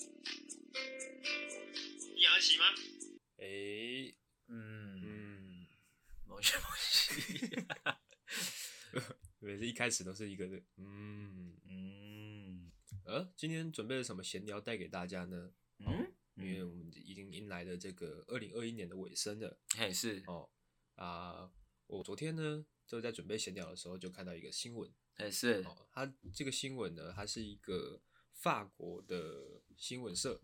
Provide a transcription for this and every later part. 嗯嗯西。每次一开始都是一个嗯，嗯呃，今天准备了什么闲聊带给大家呢？嗯，因为我们已经迎来了这个二零二一年的尾声了嘿是，哦啊、我昨天呢就在准备闲聊的时候就看到一个新闻嘿是，哦，它这个新闻呢，它是一个法国的新闻社，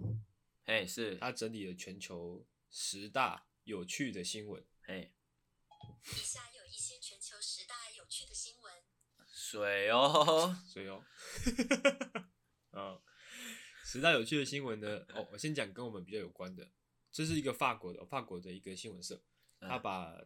嘿是，它整理了全球十大有趣的新闻。嘿以下有一些全球十大有趣的新闻。水哦， 所以哦，啊，十大有趣的新闻呢，哦，我先讲跟我们比较有关的，这是一个法国的哦法国的一个新闻社，嗯他把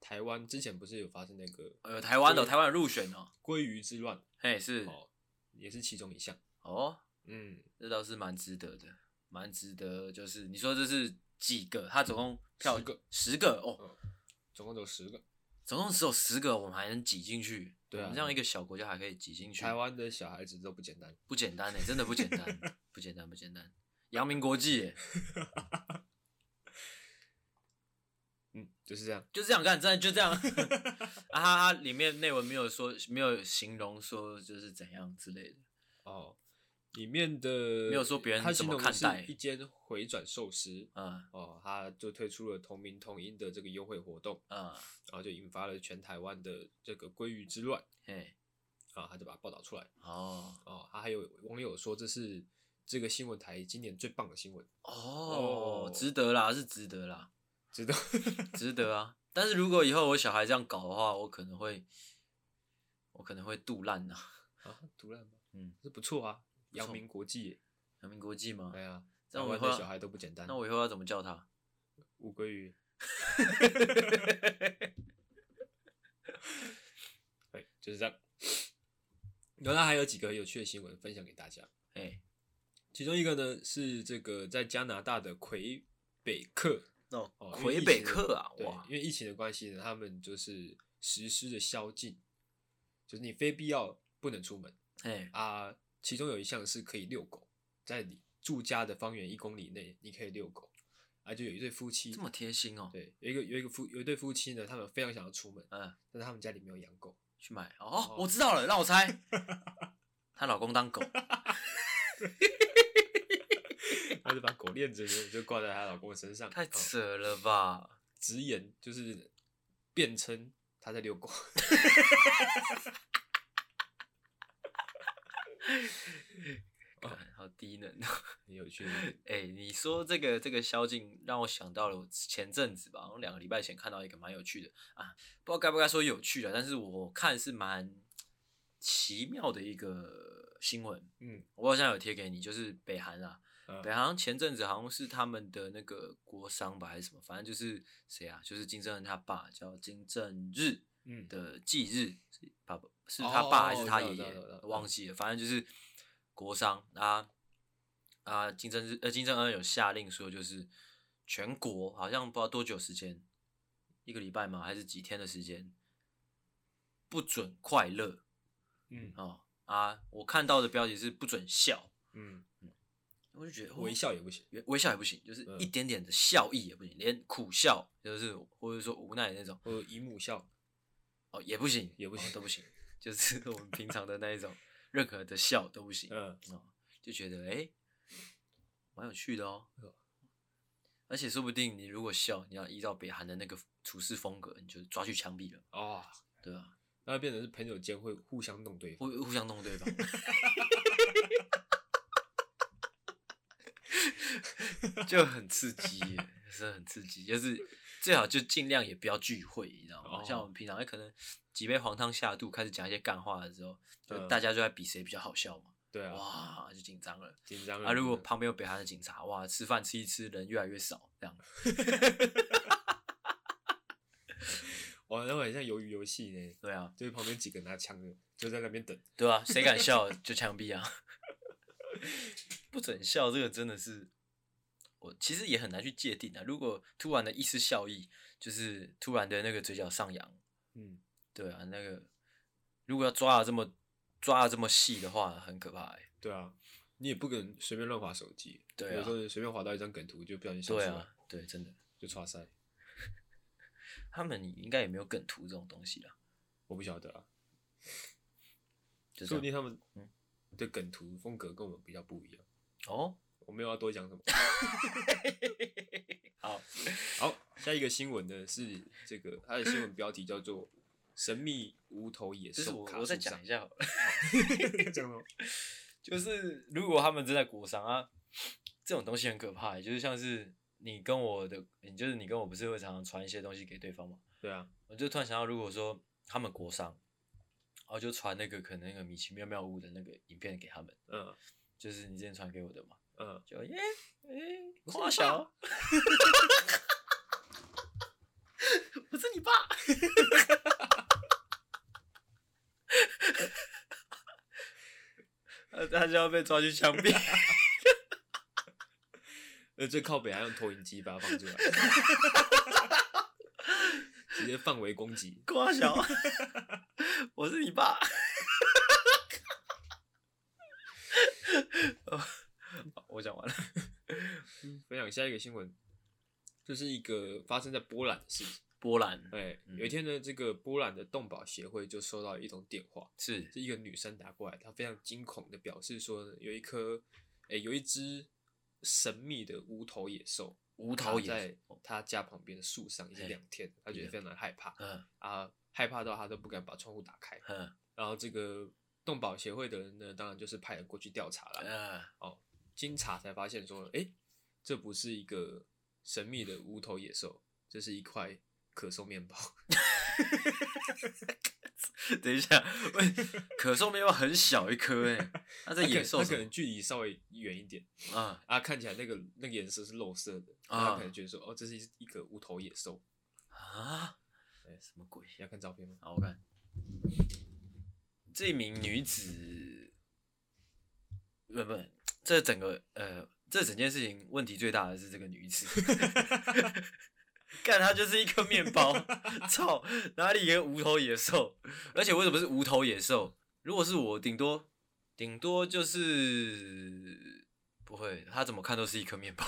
台湾之前不是有发生那个呃台湾的哦台湾有入选哦，嗯鲑鱼之乱，嘿是，哦，也是其中一项，哦嗯，这倒是蛮值得的，蛮值得就是你说这是几个？他总共票十个嗯十个哦，总共有十个，总共只有十个，我们还能挤进去，对啊我们这样一个小国家还可以挤进去，台湾的小孩子都不简单，不简单呢，欸真的不简单，不简单不简单，阳明国际耶，嗯，就是这样，就这样干，真的就这样。 啊哈，它里面内文没有说，没有形容说就是怎样之类的。哦，里面的没有说别人他怎形么容的看是待一间回转寿司。嗯哦，他就推出了同名同音的这个优惠活动，嗯，然后就引发了全台湾的这个鲑鱼之乱嘿，啊，他就把它报道出来哦哦。他还有网友说这是这个新闻台今年最棒的新闻，哦哦，值得啦，是值得啦，知道？ 值得啊。但是如果以后我小孩这样搞的话，我可能会，我可能会肚烂呐、啊，突然吗？嗯，这不错啊，错扬名国际耶，阳明国际吗？哎呀，那台我湾以的后小孩都不简单。那我以后要怎么叫他？乌龟鱼， 对，哎就是这样。然后它还有几个很有趣的新闻分享给大家，嘿，其中一个呢是这个在加拿大的魁北克那哦，因为魁疫北情的克啊，对哇，因为疫情的关系呢，他们就是实施的宵禁，就是你非必要不能出门嘿，啊。其中有一项是可以遛狗，在你住家的方圆一公里内，你可以遛狗啊。就有一对夫妻这，么贴心哦。对，有一个有一个夫有一对夫妻呢，他们非常想要出门，嗯，但是他们家里没有养狗，去买哦，哦我知道了，让 我猜，她老公当狗，他就把狗链子就就挂在她老公的身上， 太哦扯了吧？直言就是辩称他在遛狗。哦看好低能。很有趣的一点，哎、你说这个这个宵禁让我想到了我前阵子吧，我两个礼拜前看到一个蛮有趣的啊，不知道该不该说有趣的，啊但是我看是蛮奇妙的一个新闻。嗯，我好像有贴给你，就是北韩啊，啊北韩前阵子好像是他们的那个国商吧，还是什么，反正就是谁啊，就是金正恩他爸叫金正日，嗯，的忌日，是爸爸是哦他爸还哦是我他知道爷知道爷知道知，道忘记了，反正就是国商啊啊，金正日呃金正恩有下令说，就是全国好像不知道多久时间，一个礼拜吗？还是几天的时间，不准快乐嗯哦啊！我看到的标题是不准笑，嗯，我就觉得哦微笑也不行，微微笑也不行，就是嗯一点点的笑意也不行，连苦笑就是或者说无奈的那种或者姨母笑，哦也不行，也不行哦都不行， 就是我们平常的那一种，任何的笑都不行，嗯，就觉得诶，蛮有趣的哦嗯。而且说不定你如果笑，你要依照北韩的那个处事风格，你就抓去枪毙了，哦，对啊吧、那变成是朋友间会互相弄对方，互互相弄对方， 就很刺激耶，是很刺激。就是最好就尽量也不要聚会，你知道吗？哦像我们平常，哎，可能几杯黄汤下肚，开始讲一些干话的时候，就嗯大家就在比谁比较好笑嘛。对啊，哇，就紧张了。紧张了啊，如果旁边有北韩的警察，哇，吃饭吃一吃，人越来越少，这样。哇，那会很像鱿鱼游戏呢，对啊，就是旁边几个拿枪的就在那边等，对啊，谁敢笑就枪毙啊！ 不准笑，这个真的是我其实也很难去界定啊。如果突然的一丝笑意，就是突然的那个嘴角上扬，嗯，对啊，那个如果要抓的这么抓的这么细的话，很可怕、欸。对啊，你也不可能随便乱划手机，对啊有时候你随便划到一张梗图就不小心笑出啊啊对来，啊，对，真的。就刷塞，他们应该也没有梗图这种东西啦，我不晓得啊，就说这不定样。他们嗯的梗图风格跟我们比较不一样。哦，我没有要多讲什么。好，好，下一个新闻呢是这个，它的新闻标题叫做《神秘无头野这是我兽卡我再树上讲一下好了。讲什么？就是如果他们真在国商啊，这种东西很可怕欸，就是像是你跟我的，你就是你跟我不是会常常传一些东西给对方嘛？对啊，我就突然想到，如果说他们国商，然后就传那个可能那个米奇妙妙屋的那个影片给他们，嗯就是你之前传给我的嘛，嗯，就耶耶我是夸你小爸，我是你爸， 他他就要被抓去枪毙。呃，最靠北还用投影机把它放出来，直接范围攻击。瓜小， 我是你 爸。好哦我讲完了。分享下一个新闻，就是一个发生在波兰的事情。波兰哎，嗯有一天呢，这个波兰的动保协会就收到一通电话，是是一个女生打过来，她非常惊恐的表示说，有一颗，哎，有一只神秘的无头野兽，无它头在野兽，哦她家旁边的树上已经嘿两天了，她觉得非常的害怕嗯啊，害怕到她都不敢把窗户打开。嗯然后这个动保协会的人呢，当然就是派人过去调查了。嗯， 经查才发现说，哎，这不是一个神秘的无头野兽，这是一块可颂面包。等一下，喂，可颂面包很小一颗哎，那它这可野能兽它什可么能距离稍微远一点啊？啊，看起来那个那个颜色是肉色的，啊他可能觉得说，哦，这是一一个无头野兽。啊哎？什么鬼？要看照片吗？好，我看这名女子，不不，这整个呃，这整件事情问题最大的是这个女子， 干她就是一颗面包，操，哪里一个无头野兽？而且为什么是无头野兽？如果是我，顶多顶多就是不会，她怎么看都是一颗面包。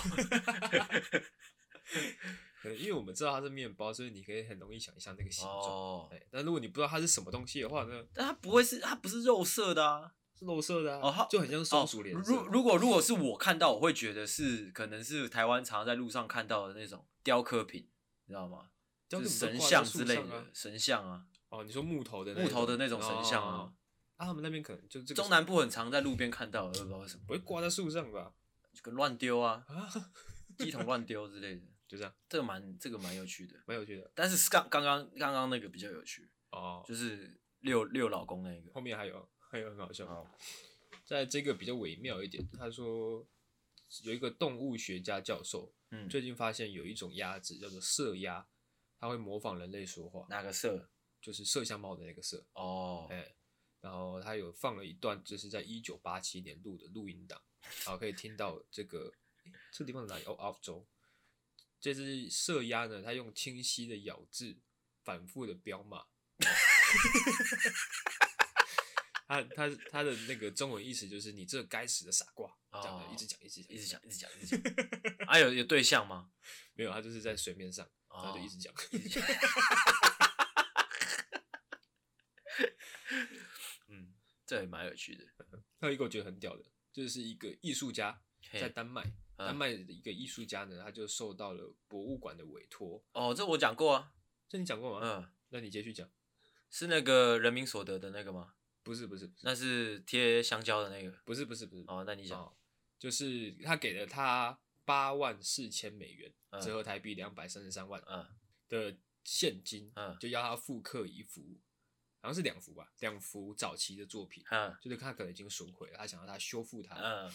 可能因为我们知道它是面包，所以你可以很容易想象那个形状。哦，哎，但如果你不知道它是什么东西的话呢，但它不会是它不是肉色的啊。是肉色的啊，哦它就很像松鼠脸哦。色。如如果如果是我看到，我会觉得是可能是台湾常在路上看到的那种雕刻品，你知道吗？雕刻就是品都神挂在像树之类上的、啊神像啊，哦，你说木头的木头的那种神像哦啊，啊，他们那边可能就这个中南部很常在路边看到，我也不知道为什么，不会挂在树上吧？ 就跟乱丢啊，啊，鸡桶乱丢之类的，就这样，这个蛮这个蛮有趣的。蛮有趣的但是刚刚刚刚刚那个比较有趣，哦。就是六六老公那一个后面还有还有很好笑，好在这个比较微妙一点，他说有一个动物学家教授嗯，最近发现有一种鸭子叫做麝鸭，它会模仿人类说话，哪个色？就是麝香猫的那个麝，哦，哎，然后他有放了一段，就是在一九八七年录的录音档，然后可以听到这个，诶这地方哪里？哦，澳洲。这只麝鸭呢，它用清晰的咬字反复的彪骂。哦 它它它的那个中文意思就是你这该死的傻瓜，这样的哦一直讲一直讲一直讲，一直讲一直讲， 啊有有对象吗？没有，它就是在水面上，它哦就一直讲。 嗯，这也蛮有趣的。还有一个我觉得很屌的，就是一个艺术家嘿在丹麦，嗯丹麦的一个艺术家呢，他就受到了博物馆的委托，哦，这我讲过啊，这你讲过吗？嗯，那你继续讲。是那个人民所得的那个吗？不是不是那是贴香蕉的那个。不是不是不是哦，那你讲，哦，就是他给了他八万四千美元，嗯折合台币两百三十三万嗯的现金，嗯就要他复刻一幅，好像是两幅吧，两幅早期的作品，嗯就是他可能已经损毁了，他想要他修复它，嗯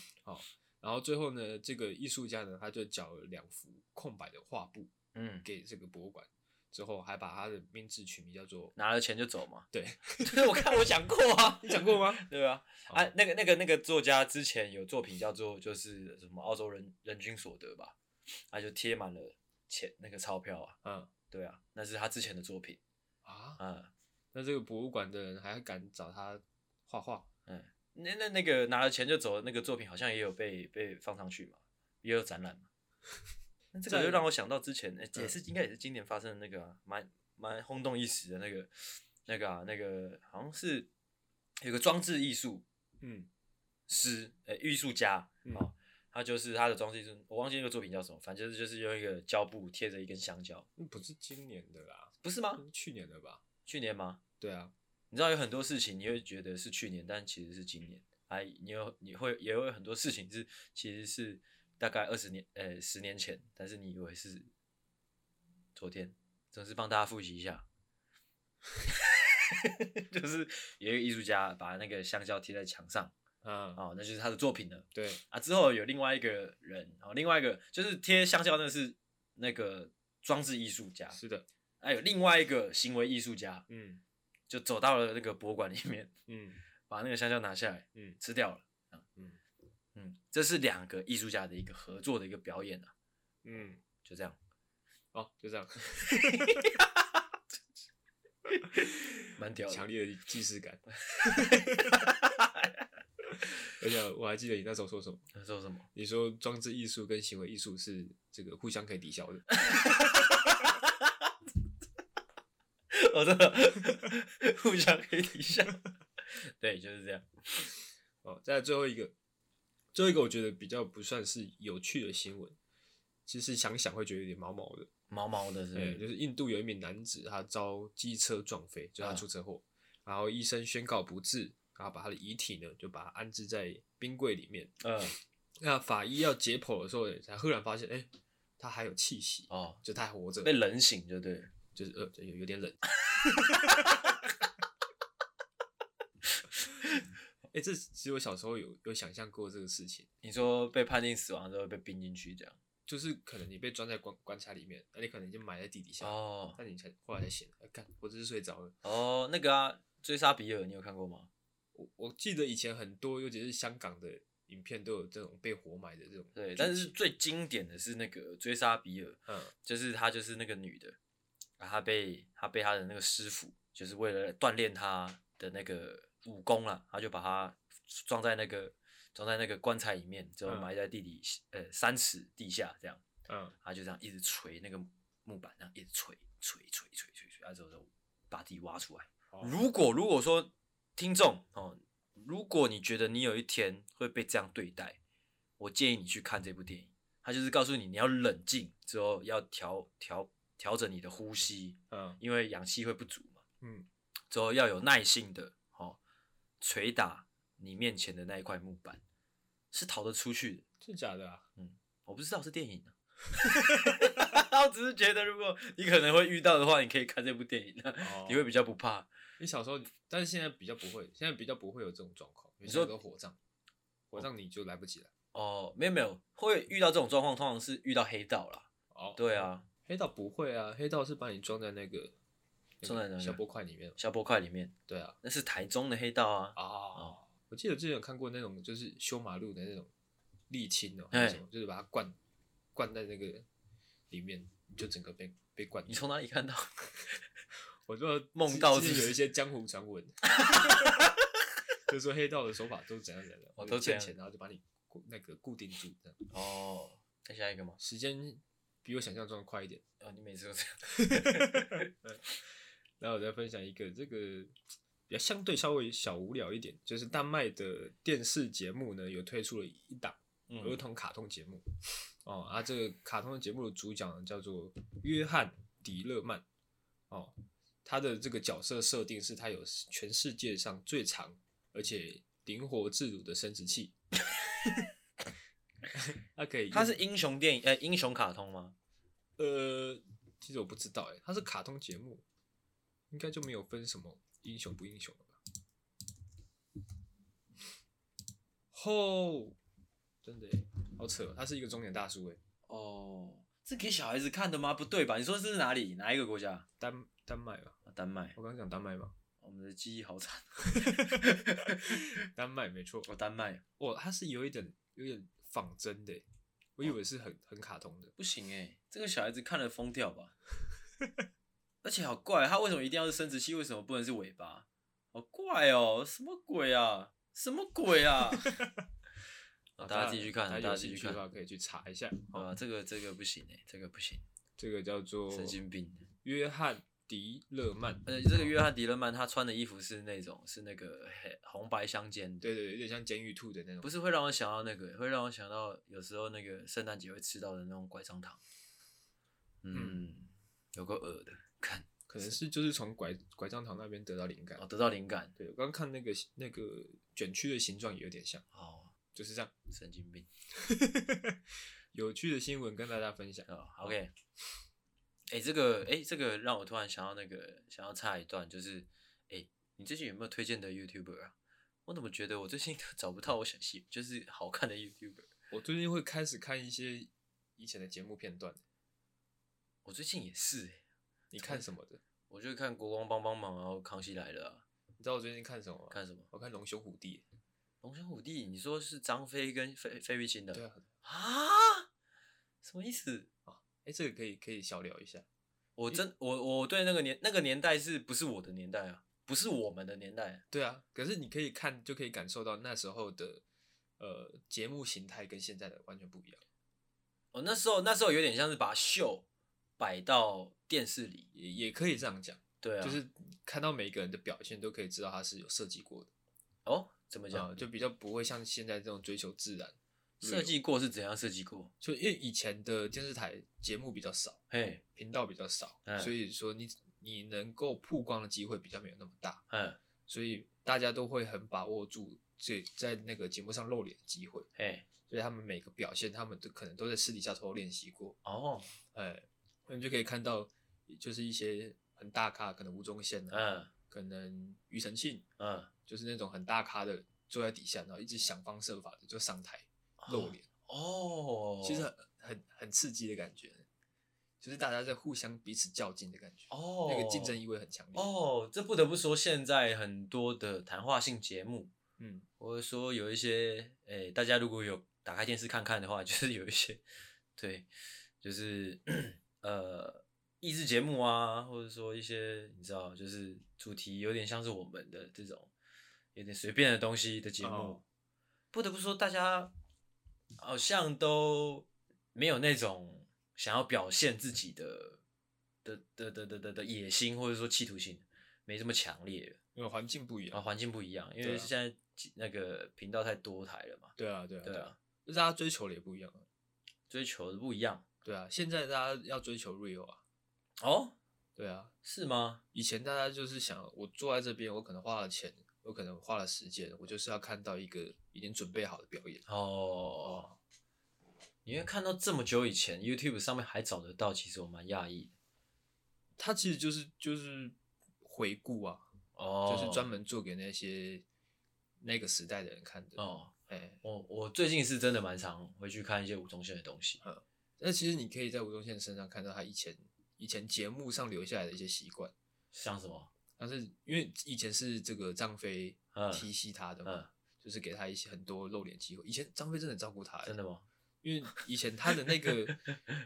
然后最后呢，这个艺术家呢，他就缴了两幅空白的画布嗯，给这个博物馆，之后还把他的名字取名叫 做拿了钱就走嘛。对， 我看我讲过 啊，你讲过吗？ 哦对啊，好啊，那个那个那个作家之前有作品叫做就是什么澳洲人人均所得吧，他就贴满了钱那个钞票啊，嗯对啊，那是他之前的作品，啊，嗯。那这个博物馆的人还敢找他画画？那那 那个拿了钱就走的那个作品，好像也有被被放上去嘛，也有展览嘛。那这在个又让我想到之前，诶也嗯是应该也是今年发生的那个啊，蛮蛮轰动一时的那个那个啊，那个好像是有个装置艺术嗯师，呃，艺术家嗯哦，他就是他的装置艺术，我忘记那个作品叫什么，反正就是用一个胶布贴着一根香蕉，那不是今年的啦，不是吗？嗯去年的吧？去年吗？对啊，你知道有很多事情你会觉得是去年，但其实是今年。还你有你会也有很多事情是其实是大概二十年呃十年前，但是你以为是昨天，总是帮大家复习一下。 就是有一个艺术家把那个香蕉贴在墙上，啊，哦，那就是他的作品了对，啊。之后有另外一个人，哦，另外一个就是贴香蕉那个是那个装置艺术家，啊是的，还有另外一个行为艺术家，嗯就走到了那个博物馆里面，嗯把那个香蕉拿下来嗯吃掉了。啊嗯嗯，这是两个艺术家的一个合作的一个表演啊，嗯，就这样。哦，就这样，蛮屌的强烈的既视感。 而且我还记得你那时候说什么，那时候什么？你说装置艺术跟行为艺术是这个互相可以抵消的。 我真的 互相黑底下。 对，就是这样。哦，再来最后一个，最后一个我觉得比较不算是有趣的新闻，其实想想会觉得有点毛毛的。毛毛的是不对，是就是印度有一名男子，他遭机车撞飞，就他啊出车祸，然后医生宣告不治，然后把他的遗体呢就把它安置在冰柜里面。嗯、那法医要解剖的时候呢，才赫然发现，哎、他还有气息，哦，就他还活着，被冷醒就对了。就是呃有有点冷。 哎、这其实我小时候有有想象过这个事情，你说被判定死亡之后被冰进去这样？就是可能你被装在棺棺材里面，那你可能已经埋在地底下，哦那你才后来才醒来，看、我只是睡着了。哦，那个啊，追杀比尔你有看过吗？我我记得以前很多，尤其是香港的影片都有这种被活埋的这种剧情。对，但是最经典的是那个追杀比尔，嗯就是她就是那个女的，啊，她被她被她的那个师傅，就是为了锻炼她的那个武功啦，她就把她装在那个装在那个棺材里面，之后嗯埋在地底、呃三尺地下这样，嗯她就这样一直捶那个木板，这样一直捶捶捶捶捶捶，啊之后就把自己挖出来。好如果如果说听众哦，如果你觉得你有一天会被这样对待，我建议你去看这部电影。它就是告诉你你要冷静，之后要调调调整你的呼吸，嗯因为氧气会不足嘛。嗯之后要有耐性的哦，捶打你面前的那一块木板，是逃得出去的。是假的 啊？我不知道是电影、啊。 我只是觉得，如果你可能会遇到的话，你可以看这部电影，啊哦你会比较不怕。你小时候，但是现在比较不会，现在比较不会有这种状况。你说都火葬，火葬你就来不及了。哦，没有没有，会遇到这种状况，通常是遇到黑道啦。哦，对，啊，黑道不会啊，黑道是把你装在那个装在那哪个里小波块里面。消波块里面，对啊，那是台中的黑道啊。哦，我记得之前有看过那种就是修马路的那种沥青哦，哎还是什么，就是把它灌灌在那个里面，就整个被被灌你进去。从哪里看到？ 我就梦到之是前不是有一些江湖传 闻，就说黑道的手法都是怎样怎样，哦就都这欠样钱，然后就把你固那个固定住，这样哦，再下一个吗？时间比我想象中的快一点。哦，你每次都这样。然后我再分享一个这个比较相对稍微小无聊一点，就是丹麦的电视节目呢有推出了一档嗯儿童卡通节目。哦，啊，这个卡通的节目的主角呢叫做约翰·迪勒曼。哦，他的这个角色设定是他有全世界上最长而且灵活自如的生殖器。他可以用，它是英雄电影，呃，英雄卡通吗？呃，其实我不知道哎、它是卡通节目，应该就没有分什么英雄不英雄了吧？吼，真的、欸、好扯、哦，他是一个中年大叔哎、哦，是给小孩子看的吗？不对吧？你说这是哪里？哪一个国家？啊丹丹麦吧？丹麦。我刚刚讲丹麦吗？ 我们的记忆好惨。 丹麦没错，哦，丹麦哦，他是有一点有点仿真的欸、我以为是很很卡通的，不行哎、这个小孩子看了疯掉吧？而且好怪，他为什么一定要是生殖器？为什么不能是尾巴？ 好怪哦，什么鬼啊？什么鬼啊？啊大家自己去看啊大家大有家自己兴去趣的看哦话可以去查一下。啊对吧？这个这个不行哎、这个不行，这个叫做神经病。约翰迪勒曼，啊而且这个约翰·迪勒曼他穿的衣服是那种是那个黑红白相间的，对对，对有点像监狱兔的那种。不是会让我想到那个，会让我想到有时候那个圣诞节会吃到的那种拐杖糖，嗯，有个恶的，看可能是就是从拐拐杖糖那边得到灵感哦，。得到灵感对，我刚看那个那个卷曲的形状也有点像，哦，就是这样。神经病有趣的新闻跟大家分享。哦，OK，哎、这个哎、这个让我突然想到那个想要插一段，就是哎、你最近有没有推荐的 YouTuber 啊？我怎么觉得我最近都找不到我想喜就是好看的 YouTuber？我最近会开始看一些以前的节目片段，我最近也是、欸，你看什么的？我就看国光帮帮忙，然后康熙来了啊、你知道我最近看什么吗？看嗯什么？我看《龙兄虎弟龙兄虎弟，你说是张飞跟费费玉清》。的？对啊，啊？什么意思？哎，这个可以可以小聊一下。我真我我对那个年那个年代是不是我的年代啊？不是我们的年代，对啊，可是你可以看就可以感受到那时候的呃节目形态跟现在的完全不一样，我、哦那时候那时候有点像是把秀摆到电视里，也也可以这样讲，对啊，就是看到每个人的表现都可以知道他是有设计过的，哦，怎么啊、讲？就比较不会像现在这种追求自然。设计过是怎样设计过？就因为以前的电视台节目比较少，嘿，频道比较少，嗯所以说你你能够曝光的机会比较没有那么大，嗯，所以大家都会很把握住这在那个节目上露脸的机会，嘿，所以他们每个表现，他们都可能都在私底下偷偷练习过，哦，哎，那你就可以看到，就是一些很大咖，可能吴宗宪啊，嗯可能庾澄庆，嗯，就是那种很大咖的人坐在底下，然后一直想方设法的就上台露脸，哦，其实很很很刺激的感觉，就是大家在互相彼此较劲的感觉，哦，那个竞争意味很强烈。哦，这不得不说，现在很多的谈话性节目，嗯，或者说有一些，诶、大家如果有打开电视看看的话， 就是有一些，对，就是呃，益智节目啊，或者说一些你知道，就是主题有点像是我们的这种有点随便的东西的节目，哦不得不说，大家好像都没有那种想要表现自己的的的的的的的野心，或者说企图心，没这么强烈了。因为环境不一然后样。哦环境不一样，因对为啊现在那个频道太多台了嘛，对啊，对啊，对对啊啊，，就是大家追求的也不一样啊。追求的不一样对啊，现在大家要追求 real 啊。哦，对啊，是吗？以前大家就是想，我坐在这边，我可能花了钱，我可能花了时间，我就是要看到一个已经准备好的表演。哦，你会看到这么久以前 YouTube 上面还找得到，其实我蛮讶异的它其实就是就是回顾啊，哦，就是专门做给那些那个时代的人看的。哦，哎、我我最近是真的蛮常回去看一些吴宗宪的东西，那其实你可以在吴宗宪身上看到他以前以前节目上留下来的一些习惯，像什么但是因为以前是这个张飞嗯提携他的嘛，嗯就是给他一些很多露脸机会。以前张飞真的很照顾他、嗯真的吗？因为以前他的那 个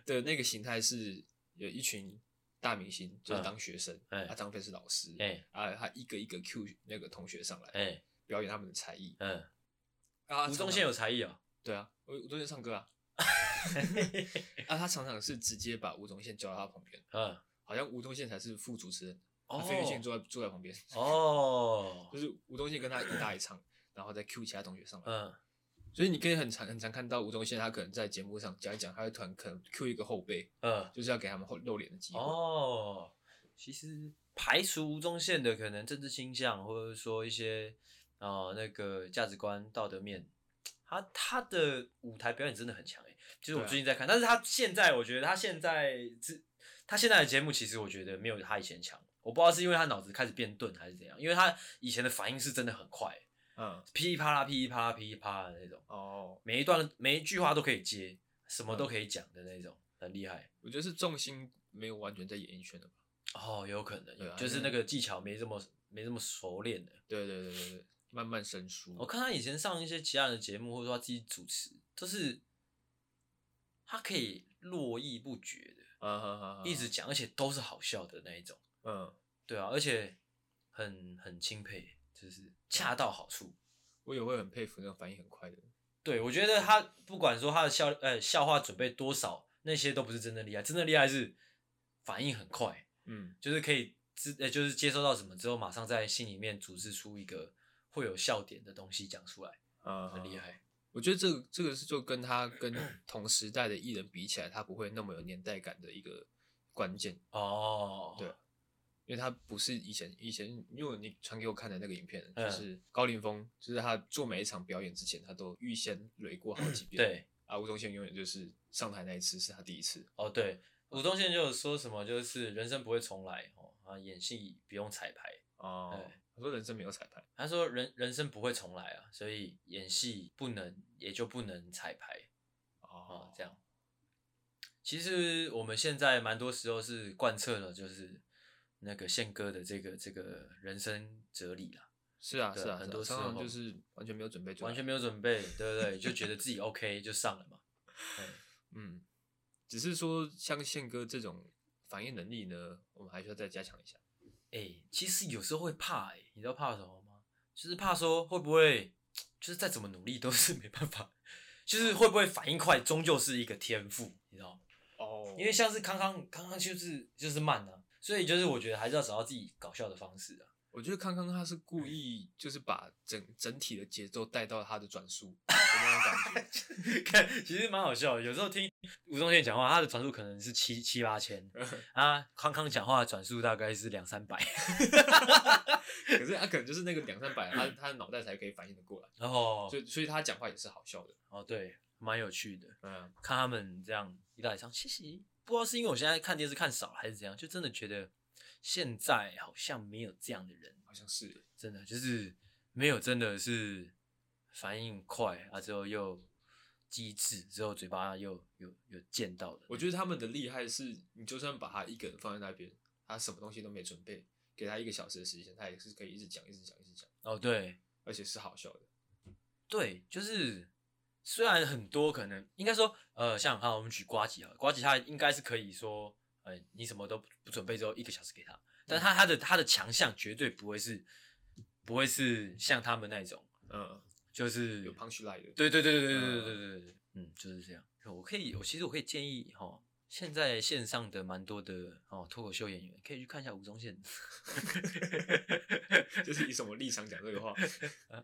的那个形态是有一群大明星就是当学生，嗯啊，张飞是老师，哎啊，他一个一个 Q 那个同学上来，哎表演他们的才艺。嗯，啊，常吴宗常宪有才艺啊，对啊，吴吴宗宪唱歌 啊，啊，他常常是直接把吴宗宪叫到他旁边，嗯好像吴宗宪才是副主持人，哦啊费玉清坐在坐在旁边，哦就是吴宗宪跟他一搭一唱，然后再 Q 其他同学上来，嗯所以你可以很常很常看到吴宗宪他可能在节目上讲一讲，他会团可能 Q 一个后辈，嗯就是要给他们后露脸的机会。哦，其实排除吴宗宪的可能政治倾向，或者说一些呃那个价值观、道德面，他他的舞台表演真的很强诶、就是我对啊最近在看，但是他现在我觉得他现在之他现在的节目，其实我觉得没有他以前强。我不知道是因为他脑子开始变钝还是怎样，因为他以前的反应是真的很快、嗯，噼里啪啦、噼里啪啦、噼里啪啦的那种，哦，每一段每一句话都可以接，什么嗯都可以讲的那种，很厉害。我觉得是重心没有完全在演艺圈的吧。哦，有可能，对啊就是因那为个技巧没这么没这么熟练的。对对对对对，慢慢生疏。我看他以前上一些其他人的节目，或者说他自己主持，就是他可以络绎不绝的啊哈哈哈，一直讲，而且都是好笑的那一种。嗯，对啊，而且很很钦佩，就是恰到好处。我也会很佩服那种反应很快的人。对，我觉得他不管说他的笑呃笑话准备多少，那些都不是真的厉害，真的厉害是反应很快，嗯，就是可以知呃就是接收到什么之后，马上在心里面组织出一个会有笑点的东西讲出来，啊很厉。害。我觉得这个这个是就跟他跟同时代的艺人比起来，他不会那么有年代感的一个关键，哦，嗯对因为他不是以前以前，因为你传给我看的那个影片，就嗯是高凌风，就是他做每一场表演之前，他都预先蕊过好 几遍。，对，啊，吴宗宪永远就是上台那一次是他第一次，哦对，吴宗宪就有说什么就是人生不会重来哦，啊演戏不用彩排。哦对，他说人生没有彩排，他说人人生不会重来啊，所以演戏不能也就不能彩排。哦哦，这样。其实我们现在蛮多时候是贯彻了，就是那个宪哥的这个这个人生哲理啦，是啊对是啊，很是啊多时常常候就是完全没有准备就来，完全没有准备，对不对？就觉得自己 OK 就上了嘛。对嗯，只是说像宪哥这种反应能力呢，我们还需要再加强一下。哎、其实有时候会怕、欸，你知道怕什么吗？就是怕说会不会，就是再怎么努力都是没办法，就是会不会反应快，终究是一个天赋，你知道吗？哦因为像是康康，康康就是就是慢啊，所以就是我觉得还是要找到自己搞笑的方式啊。 我觉得康康他是故意就是把整整体的节奏带到他的转 速的那种感觉，看，其实蛮好笑的。有时候听吴宗宪讲话，他的转速可能是七七八千啊，康康讲话的转速大概是两三百， 可是他可能就是那个两三百，他他的脑袋才可以反应得过来，然后所以所以他讲话也是好笑的。哦对，蛮有趣的，嗯，看他们这样一大一唱，谢谢。不知道是因为我现在看电视看少了，还是怎样，就真的觉得现在好像没有这样的人，好像是耶。欸真的就是没有，真的是反应快啊，之后又机智，之后嘴巴又有有见到的。我觉得他们的厉害是，你就算把他一个人放在那边，他什么东西都没准备，给他一个小时的时间，他也是可以一直讲、一直讲、一直讲，哦对，而且是好笑的。对，就是虽然很多可能应该说，呃，像哈，我们举瓜吉哈，瓜吉他应该是可以说，呃，你什么都不准备之后一个小时给他，但他他的他的强项绝对不会是不会是像他们那种，嗯，就是有 punch line 的。对对对对对对对对对对，嗯，就是这样。我可以，我其实我可以建议哈、齁现在线上的蛮多的哦脱口秀演员可以去看一下吴宗宪， 就是以什么立场讲这个话 啊。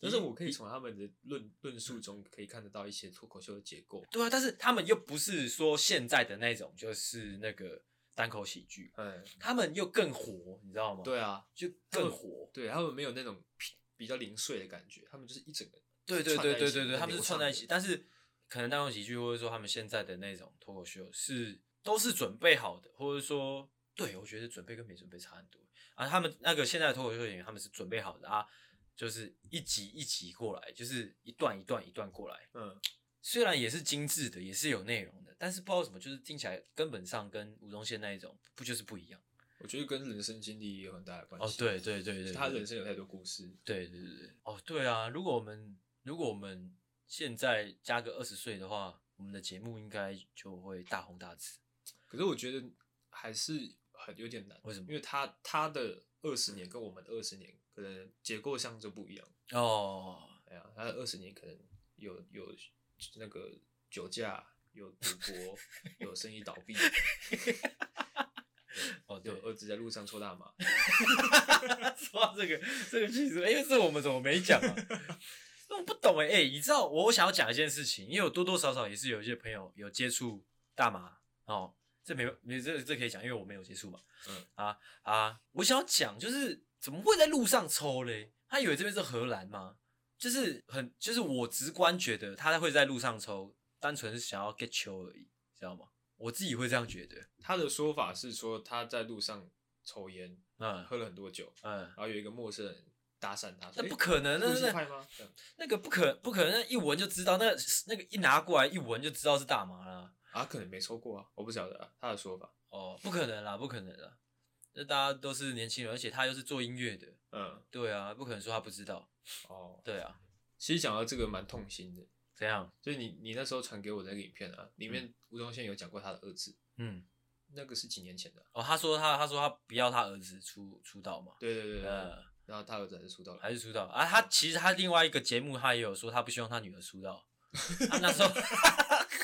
但是我可以从他们的论论述中可以看得到一些脱口秀的结构。对啊，但是他们又不是说现在的那种，就是那个单口喜剧，嗯，他们又更火，你知道吗？，对啊，就更火。对他们没有那种比比较零碎的感觉，他们就是一整个对对对对对对，他们是串串在一起，但是可能大众喜剧或者说他们现在的那种脱口秀是都是准备好的，或者说对我觉得准备跟没准备差很多啊。他们那个现在的脱口秀演员，他们是准备好的啊，就是一集一集过来，就是一段一段一段过来，嗯，虽然也是精致的，也是有内容的，但是不知道为什么，就是听起来根本上跟吴宗宪那一种不就是不一样？我觉得跟人生经历也有很大的关哦系。，对对对对对，他人生有太多故事。对对对对，哦，对啊，如果我们如果我们现在加个二十岁的话，我们的节目应该就会大红大紫。可是我觉得还是很有点难，为什么因为他他的二十年跟我们的二十年可能结构上就不一样。哦，哎呀，他的二十年可能有有那个酒驾，有赌博，有生意倒闭，哦，对有，儿子在路上抽大麻。 说到这个这个技术，哎，这我们怎么没讲啊？ 我不懂哎、哎，你知道我我想要讲一件事情，因为我多多少少也是有一些朋友有接触大麻哦，这没没这这可以讲，因为我没有接触嘛。嗯啊啊，我想要讲就是怎么会在路上抽嘞？他以为这边是荷兰吗？就是很就是我直观觉得他会在路上抽，单纯是想要 get 球而已，知道吗？我自己会这样觉得。他的说法是说他在路上抽烟，嗯喝了很多酒，嗯然，后有一个陌生人搭讪他，说那不可能，诶那路西那派吗？这样那个不可不可能，一闻就知道，那个那个一拿过来一闻就知道是大麻啦。啊，可能没抽过啊，我不晓得、啊、他的说法。哦，不可能啦，不可能啦，那大家都是年轻人，而且他又是做音乐的，嗯，对啊，不可能说他不知道，哦，对啊，其实讲到这个蛮痛心的，怎样？就是你你那时候传给我的那个影片啊，里面吴宗宪有讲过他的儿子，嗯，那个是几年前的啊、哦，他说他他说他不要他儿子出出道嘛，对对对对，呃，嗯然后他儿子还是出道了。还是出道啊？他其实他另外一个节目，他也有说他不希望他女儿出道。他那时候，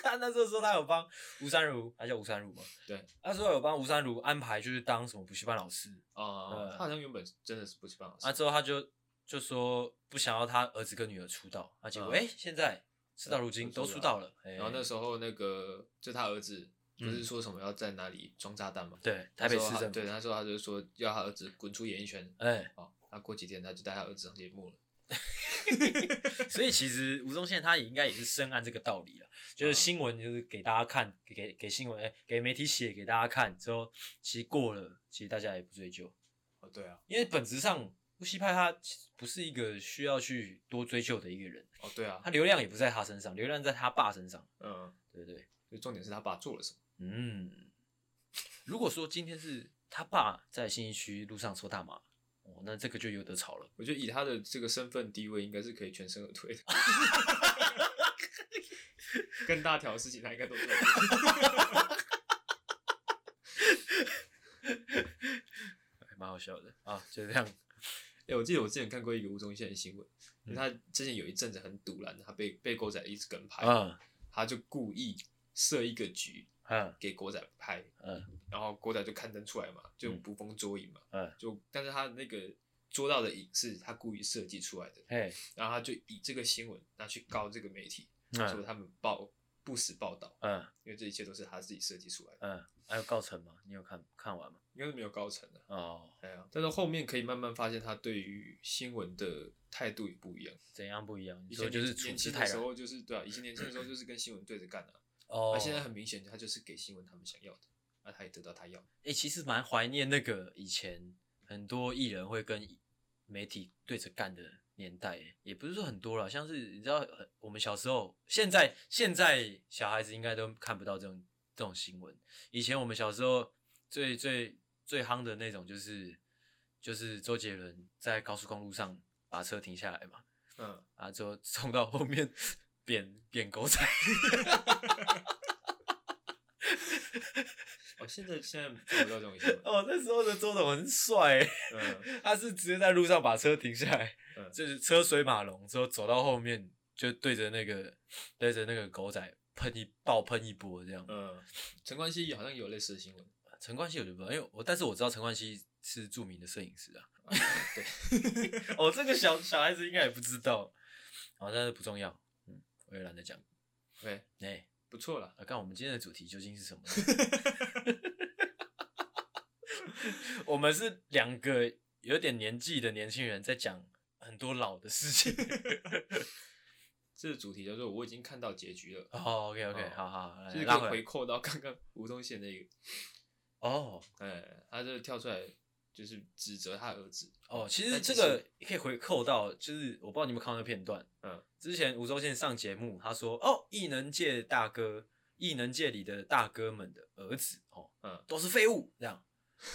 他那时候说他有帮吴三如，他叫吴三如嘛？对，他说有帮吴三如安排就是当什么补习班老师，哦，对他好像原本真的是补习班老师啊之后他就就说不想要他儿子跟女儿出道，啊结果嗯哎、诶现在事到如今嗯都出道了，然然后那时候那个就他儿子不是嗯说什么要在哪里装炸弹嘛？对台北那时市候他政府对，那时候他就说要他儿子滚出演艺圈。哎、哦，那过几天他就带他儿子上节目了。所以其实吴宗宪他也应该也是深谙这个道理了，就是嗯新闻就是给大家看，给给给新闻、哎给媒体写给大家看之后，其实过了，其实大家也不追究。哦，对啊，因为本质上，乌西派他其实不是一个需要去多追究的一个人，哦，对啊他，流量也不在他身上，流量在他爸身上，嗯，对不对？就重点是他爸做了什么。嗯，如果说今天是他爸在信义区路上抽大麻，哦，那这个就有得吵了。我觉得以他的这个身份地位，应该是可以全身而退的。更大条的事情，他应该都做得到。 还蛮好笑的啊，就 这样。哎、我记得我之前看过一个吴宗宪的新闻，因为嗯他之前有一阵子很堵然，他被被狗仔一直跟拍，嗯他就故意设一个局嗯给狗仔拍，嗯然后狗仔就刊登出来嘛，就嗯捕风捉影嘛，嗯，就但是他那个捉到的影是他故意设计出来的，嘿，然后他就以这个新闻拿去告这个媒体，说嗯他们报不实报道，嗯因为这一切都是他自己设计出来的，嗯，还有告成吗？你有看看完吗？应该是没有高层的、哦，哎呀，但是后面可以慢慢发现他对于新闻的态度也不一样。怎样不一样？以你说前就是年处年之轻泰的时然候就是对啊，以前年轻的时候就是跟新闻对着干啊，哦那、现在很明显他就是给新闻他们想要的，那、他也得到他要的。哎、其实蛮怀念那个以前很多艺人会跟媒体对着干的年代耶，也不是说很多了，像是你知道，呃我们小时候，现在现在小孩子应该都看不到这种这种新闻。以前我们小时候最最最夯的那种，就是就是周杰伦在高速公路上把车停下来嘛， 嗯，啊，之后冲到后面 扁扁狗仔，。哦，现在现在看不到这种新闻 哦，那时候的周董很帅欸耶。嗯，他是直接在路上把车停下来，嗯就是车水马龙之后走到后面，就对着那个对着那个狗仔喷一爆喷一波这样。嗯，陈冠希好像有类似的新闻。陈冠希我就不知道，因为我但是我知道陈冠希是著名的摄影师啊。啊对， 哦，这个小小孩子应该也不知道，好、但是不重要，嗯，我也懒得讲。 OK，哎、不错了。啊，看我们今天的主题究竟是什么呢？ 我们是两个有点年纪的年轻人在讲很多老的事情。这个主题叫做我已经看到结局了，哦，OK 哦 OK，好好，好来就是拉可以回回来扣到刚刚吴宗宪那个，哦哎，他就跳出来就是指责他儿子。哦，其实但这个可以回扣到，就是我不知道你们有没有看到那片段，嗯，之前吴宗宪上节目，他说哦，艺能界大哥，艺能界里的大哥们的儿子哦，嗯，都是废物这样，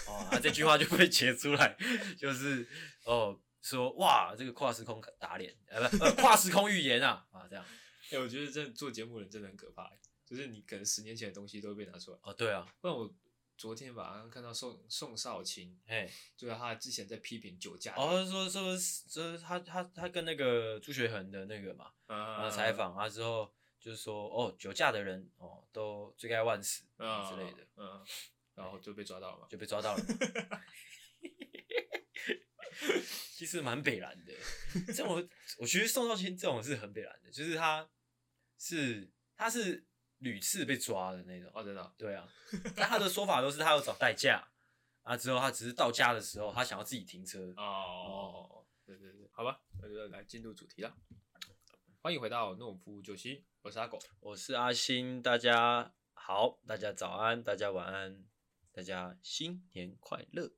哦，他这句话就被截出来， 就是哦。说哇，这个跨时空打脸，呃，不，呃跨时空预言啊，啊，这样，哎，我觉得真的做节目的人真的很可怕，欸就是你可能十年前的东西都会被拿出来。哦，对啊，不然我昨天晚上看到宋宋少卿，嘿，就是他之前在批评酒驾的，哦，说说说他他他跟那个朱学恒的那个嘛，啊啊，采，访啊之后，就是说哦，酒驾的人哦都罪该万死啊啊之类的，，嗯，然后就被抓到了嘛。就被抓到了。 其实蛮北蓝的，这种我觉得宋少卿这种是很北蓝的，就是他是他是屡次被抓的那种，哦，真的啊，对啊，但他的说法都是他要找代驾啊，之后他只是到家的时候他想要自己停车，哦，对对对，好吧，那就来进入主题了。欢迎回到诺夫救星，我是阿狗。我是阿星，大家好，大家早安，大家晚安，大家新年快乐。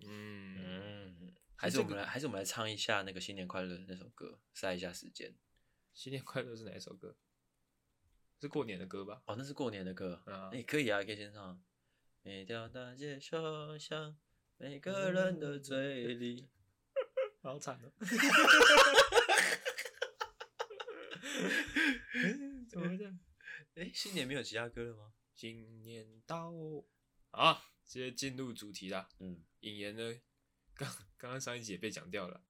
嗯，嗯，还是我们来，还是我们来唱一下那个新年快乐的那首歌，塞一下时间。新年快乐是哪一首歌？是过年的歌吧？哦，那是过年的歌，嗯啊那也可以啊，可以先唱。每条大街小巷，每个人的嘴 里。好惨哦！ 怎么会这样？哎、新年没有其他歌了吗？哦新年到啊！直接进入主题啦。嗯， 引言呢，刚刚刚上一集也被讲掉了，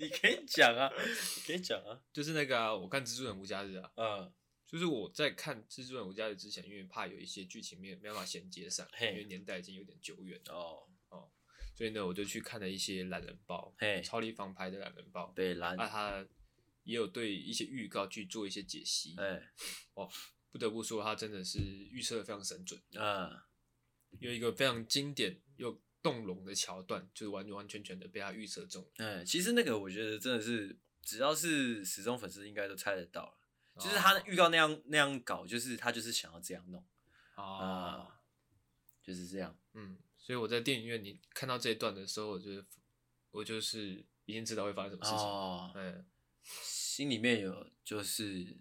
你可以讲啊，你可以讲啊，就是那个啊、我看《蜘蛛人无家日》啊，嗯，就是我在看《蜘蛛人无家日》之前，因为怕有一些剧情没有没办法衔接上，因嘿为年代已经有点久远了，哦，所以呢，我就去看了一些懒人包，嘿超立方拍的懒人包，北兰，那哎、他也有对一些预告去做一些解析，哎不得不说他真的是预测的非常神准，嗯，有一个非常经典又动容的桥段，就是完完全全的被他预测中了。哎，其实那个我觉得真的是，只要是始终粉丝应该都猜得到了。就是哦他的预告那样那样搞，就是他就是想要这样弄啊、啊、哦就是这样。嗯，所以我在电影院你看到这一段的时候，我就是我就是已经知道会发生什么事情。哦，嗯，心里面有就是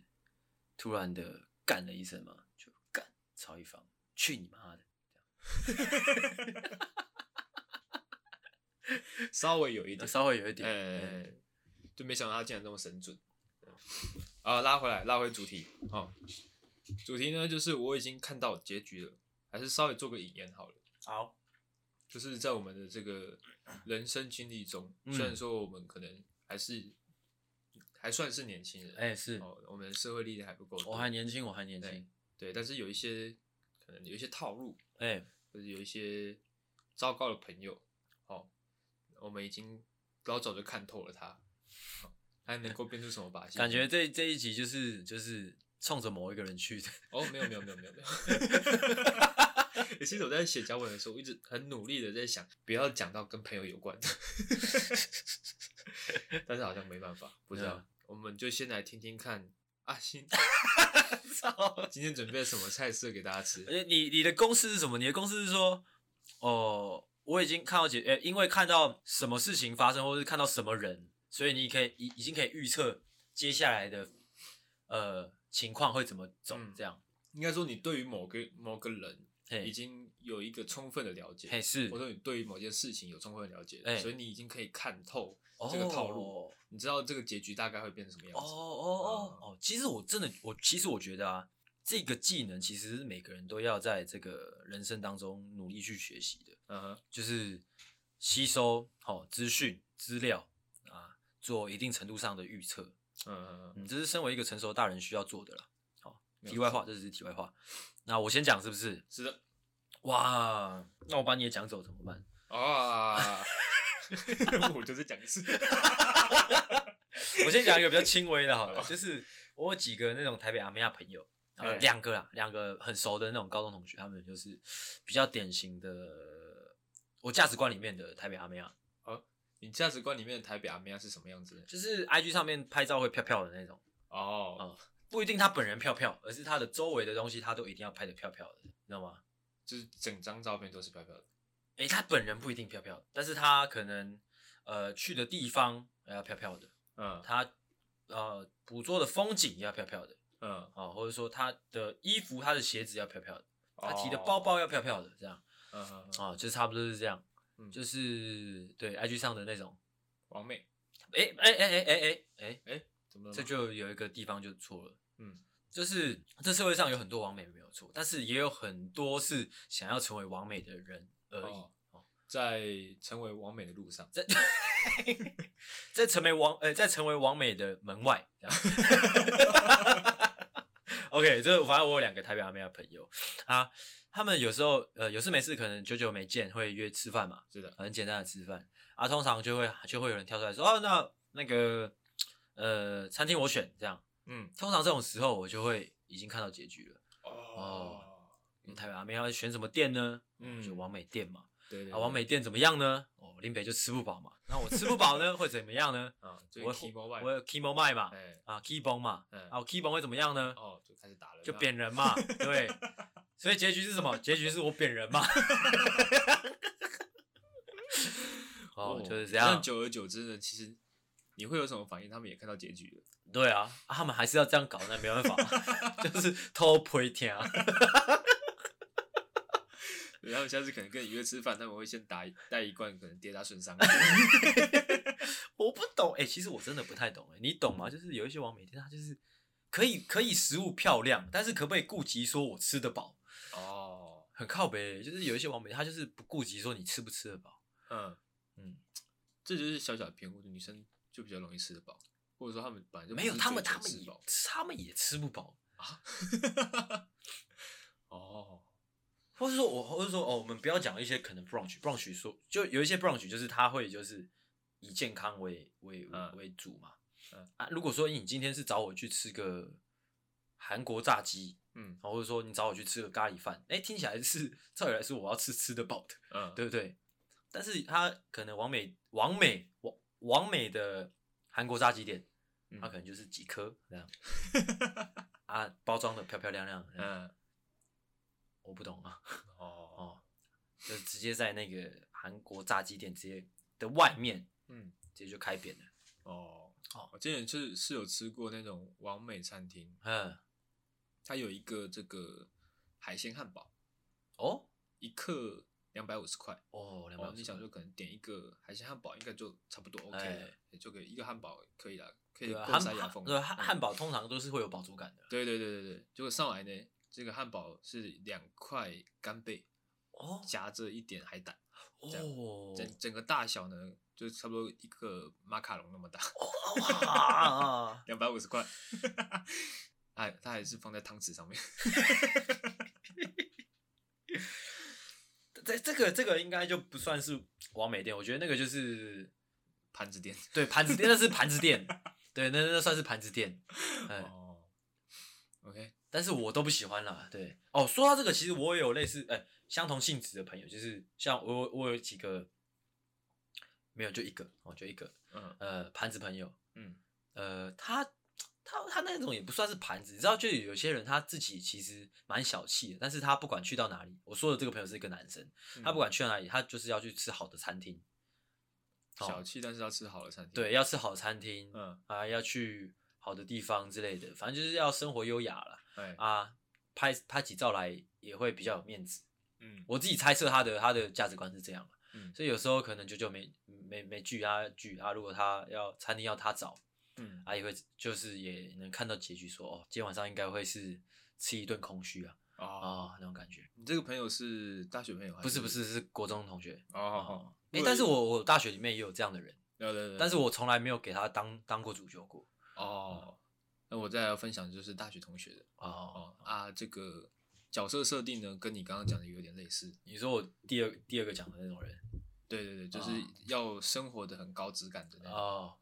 突然的干了一声嘛，就干曹一方，去你妈的！稍微有一点，稍微有一点，嗯哎、就没想到他竟然这么神准。啊，拉回来，拉回主题。哦，主题呢就是我已经看到结局了，还是稍微做个引言好了。好，就是在我们的这个人生经历中，嗯虽然说我们可能还是还算是年轻人，哎、是、哦，我们社会历练还不够多，我还年轻，我还年轻，对，但是有一些可能有一些套路，哎、或者有一些糟糕的朋友，哦，我们已经老早就看透了他，哦、他能够变出什么把戏？感觉这这一集就是就是冲着某一个人去的，哦，没有没有没有没有没有。 其实我在写脚本的时候，我一直很努力的在想，不要讲到跟朋友有关的， 但是好像没办法，不知道。嗯我们就先来听听看阿 星操！今天准备了什么菜色给大家吃而。且你你的公式是什么？你的公式是说，哦，我已经看到解，呃、因为看到什么事情发生，或是看到什么人，所以你可以已已经可以预测接下来的呃情况会怎么走，嗯这样。应该说，你对于某个某个人已嘿，经有一个充分的了解，嘿是或者你对于某件事情有充分的了解，哎所以你已经可以看透哦这个套路，哦你知道这个结局大概会变成什么样哦子。嗯哦哦，其实我真的，我其实我觉得啊，这个技能其实是每个人都要在这个人生当中努力去学习的。嗯哼，就是吸收好资讯资料啊，做一定程度上的预测。嗯嗯嗯，嗯，这是身为一个成熟大人需要做的啦。好，没有题外话，这只是题外话。那我先讲是不是？是的哇，那我把你也讲走怎么办？啊， 我就是讲一次。我先讲一个比较轻微的好了，就是我有几个那种台北阿美亚朋友，啊哎两个啦，两个很熟的那种高中同学，他们就是比较典型的我价值观里面的台北阿啊美亚，你价值观里面的台北阿妹啊亚是什么样子呢？就是 IG 上面拍照会飘飘的那种。哦，哦不一定他本人漂漂，而是他的周围的东西他都一定要拍的漂漂的，你知道吗？就是整张照片都是飘飘的。诶、他本人不一定漂漂，但是他可能呃去的地方要漂漂的，嗯他呃捕捉的风景也要漂漂的嗯，啊、哦或者说他的衣服、他的鞋子要漂漂的，他提的哦包，包要漂漂的，这样嗯嗯嗯，啊、哦就差不多是这样，嗯就是对 IG 上的那种，王妹，诶诶诶诶诶诶哎，怎么了吗？这就有一个地方就错了。嗯就是这社会上有很多完美没有错，但是也有很多是想要成为完美的人而已。哦在成为王美的路上，在在成为完呃，在成为完美的门外。这样 OK，这反正我有两个台北阿妹的朋友啊，他们有时候呃有事没事可能久久没见会约吃饭嘛，是的，很简单的吃饭啊，通常就会就会有人跳出来说哦，那那个呃餐厅我选这样。嗯通常这种时候我就会已经看到结局了。哦，因嗯为台北啊阿妹要选什么店呢？嗯嗯，就王美店嘛。对对，啊，王美店怎么样呢？哦，林北就吃不饱嘛。那我吃不 饱呢，会怎么样呢？啊，就我 T 会 Mobile，我有 Kimo 卖嘛，哎啊 k e y b o n 嘛，嗯啊 k e y b o n 会怎么样呢？哦，就开始打了，就扁人嘛， 对。所以结局是什么？结局是我扁人嘛。哦，就是这样。久而久之呢，其实你会有什么反应？他们也看到结局了。对啊，啊他们还是要这样搞，那没 办法，就是偷窥听。啊然后下次可能跟你约吃饭，他们会先打一带一罐可能跌打损 伤。我不懂，哎、其实我真的不太懂，哎，你懂吗？就是有一些网美店，它就是可以可以食物漂亮，但是可不可以顾及说我吃得饱？哦，欸很靠北，就是有一些网美，它就是不顾及说你吃不吃得饱，嗯嗯，这就是小小的偏误，就女生就比较容易吃得饱，或者说她们本来就没有他们，他他们吃也饱他们也吃不饱，哦，或是说我，或是说哦，我们不要讲一些可能 brunch，brunch 说就有一些 brunch 就是他会就是以健康为为为嗯为主嘛，嗯啊，如果说你今天是找我去吃个韩国炸鸡，嗯或者说你找我去吃个咖喱饭，哎、听起来是照理来说我要吃吃得饱的，嗯，对不对？但是他可能王美王美王王美的韩国炸鸡店，嗯，它可能就是几颗这 样，啊，包装的漂漂亮亮，嗯，嗯我不懂啊。哦哦，就直接在那个韩国炸鸡店直接的外面嗯直接就开扁了。哦哦我之前是是有吃过那种完美餐厅，嗯，它有一个这个海鲜汉堡，哦一克两百五十块。哦，两百哦，五你十想说可能点一个海鲜汉堡应该就差不多 OK 了哎，也就可以一个汉堡可以了，可以对啊，够汉塞牙堡缝。对汉嗯汉堡通常都是会有饱足感的。对对对对对，结果上来呢，这个汉堡是两块干贝哦夹着一点海胆，这样哦，整整个大小呢就差不多一个马卡龙那么大，哦哇，两百五十块，哎，它还是放在汤匙上面。这这个这个应该就不算是完美店，我觉得那个就是盘子店。对盘子店，那是盘子店，对，那那算是盘子店。嗯，哦，OK，但是我都不喜欢啦。对，哦，说到这个，其实我也有类似哎、相同性质的朋友，就是像我有我有几个，没有就一个，哦，就一个，嗯呃，盘子朋友，嗯呃，他他他那种也不算是盘子，你知道，就有些人他自己其实蛮小气的，但是他不管去到哪里，我说的这个朋友是一个男生，嗯他不管去到哪里，他就是要去吃好的餐厅，哦小气，但是要吃好的餐厅。对，，要吃好餐厅，嗯，啊，要去好的地方之类的，反正就是要生活优雅了。哎，啊，拍拍起照来也会比较有面子。嗯我自己猜测他的他的价值观是这样啊嗯所以有时候可能九九没没没聚啊聚啊，如果他要餐厅要他找嗯，啊，也会就是也能看到结局说哦，今天晚上应该会是吃一顿空虚啊啊、哦，那种感觉。你这个朋友是大学朋友还不是不，是是国中同学哦，好好，诶，但是我我大学里面也有这样的人，对对对，但是我从来没有给他当当过主角过哦，那我再来分享就是大学同学的。哦。哦啊，这个角色设定呢，跟你刚刚讲的有点类似。你说我第二第二个讲的那种人对对对，就是哦要生活的很高质感的那种。哦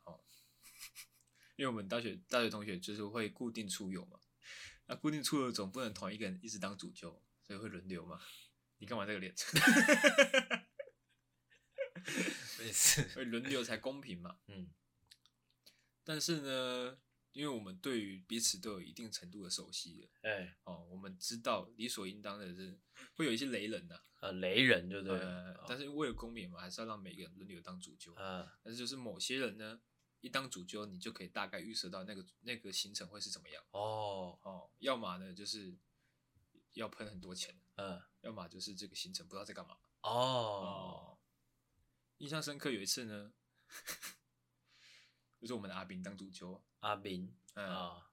因为我们大学大学同学就是会固定出游嘛，那固定出游总不能同一个人一直当主教，所以会轮流嘛。你干嘛这个脸？ 类似 会轮流才公平嘛。嗯但是呢，因为我们对于彼此都有一定程度的熟悉了哎、哦，我们知道理所应当的是会有一些雷人呐、呃雷人对不对？呃哦但是为了公平嘛，还是要让每个人轮流当主教。呃但是就是某些人呢，一当主揪，你就可以大概预测到那个那个行程会是怎么样哦哦。要么呢就是要喷很多钱，呃要么就是这个行程不知道在干嘛哦，印象深刻有一次呢， 就是我们的阿炳当主揪，啊阿明嗯，啊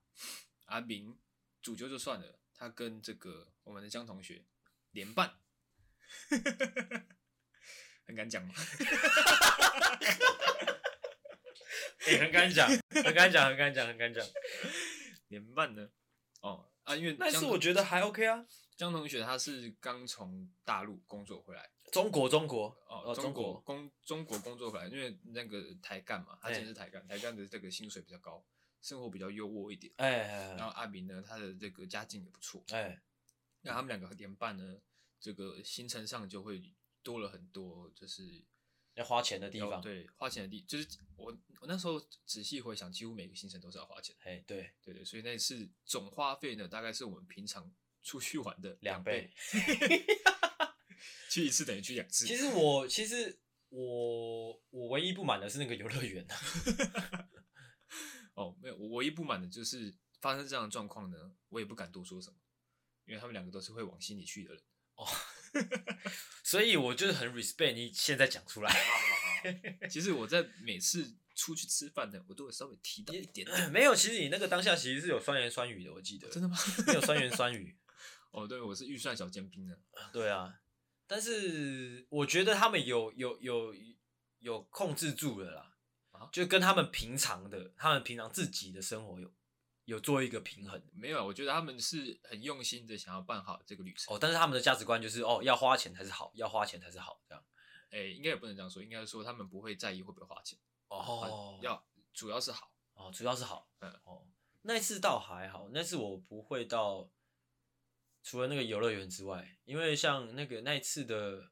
阿炳主揪就算了，他跟这个我们的江同学连 办，很敢讲吗？哎很敢 讲，很敢讲，很敢讲，很敢讲。连办呢？哦啊，因为但江是同我觉得还 OK 啊，江同学他是刚从大陆工作回来。中国中国哦，中中国工中国工作回来，因为那个台干嘛，他哎以前是台干，台干的这个薪水比较高，生活比较优渥一点。哎哎然后阿明呢，他的这个家境也不错，哎那他们两个联办呢，这个行程上就会多了很多，就是要花钱的地要方哦对，花钱的地，就是我我那时候仔细回想，几乎每个行程都是要花钱的，哎对对对，所以那次总花费呢，大概是我们平常出去玩的两倍倍，。去一次等于去两次。其实我其实我我唯一不满的是那个游乐园啊， 哦，没有，我唯一不满的就是发生这样的状况呢，我也不敢多说什么，因为他们两个都是会往心里去的人。 所以我就是很 respect 你现在讲出来，其实我在每次出去吃饭呢，我都会稍微提到一点点。 没有，其实你那个当下其实是有酸言酸语的，我记得真的吗？ 你有酸言酸语，哦，对，我是预算小尖兵呢。对啊，但是我觉得他们有有有有控制住了啦，啊就跟他们平常的，他们平常自己的生活有有做一个平衡没有，啊我觉得他们是很用心的想要办好这个旅程。哦，但是他们的价值观就是哦，要花钱才是好，要花钱才是好这样。哎、应该也不能这样说，应该说他们不会在意会不会花钱，哦要主要是好。哦，主要是好，嗯哦，那一次倒还好，那次我不会到，除了那个游乐园之外，因为像那个那一次的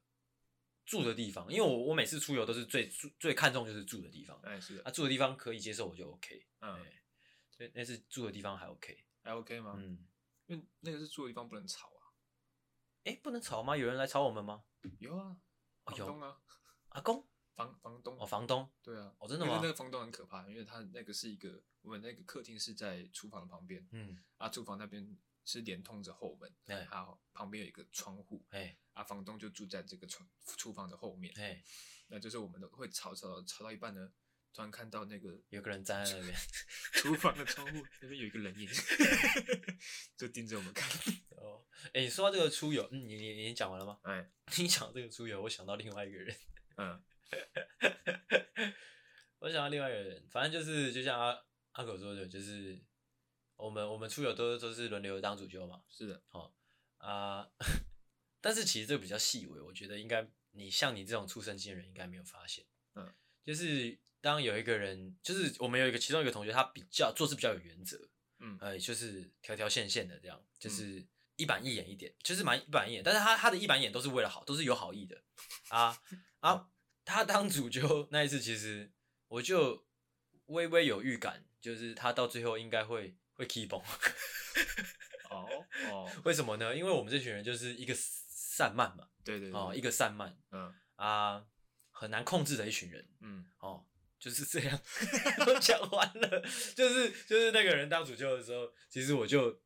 住的地方，因为我我每次出游都是最最看重就是住的地方，哎、是的，啊，住的地方可以接受我就 OK，嗯，哎所以那次住的地方还 OK，还 OK 吗？嗯，因为那个是住的地方不能吵啊。哎、不能吵吗？有人来吵我们吗？有啊，哦房有东啊，阿公房房东哦，房东对啊，哦真的因为吗那个房东很可怕，因为他那个是一个我们那个客厅是在厨房的旁边，嗯，啊，厨房那边是连通着后门，哎还有旁边有一个窗户，哎啊，房东就住在这个厨厨房的后面，哎，那就是我们都会吵吵吵到一半呢，突然看到那个有个人站在那边， 厨房的窗户那边有一个人影， 就盯着我们看。哦，哎、你说到这个出游，嗯，你你你讲完了吗？ 哎，你讲这个出游，我想到另外一个人，嗯，我想到另外一个人，反正就是就像阿阿狗说的，就是我们我们出游都都是轮流当主角嘛，是的，啊、 但是其实这个比较细微，我觉得应该你像你这种出生经的人应该没有发现，嗯，就是当有一个人，就是我们有一个其中一个同学，他比较做事比较有原则，嗯呃，就是条条线线的这样，就是一板一眼一点，就是蛮一板一眼，但是他他的一板一眼都是为了好，都是有好意的啊 啊！他当主角那一次，其实我就微微有预感，就是他到最后应该会会 keep 崩。哦哦，为什么呢？因为我们这群人就是一个散漫嘛， 对对哦，一对，个散漫嗯啊，很难控制的一群人嗯，哦，就是这样。 我讲完了，就是就是那个人当主教的时候，其实我就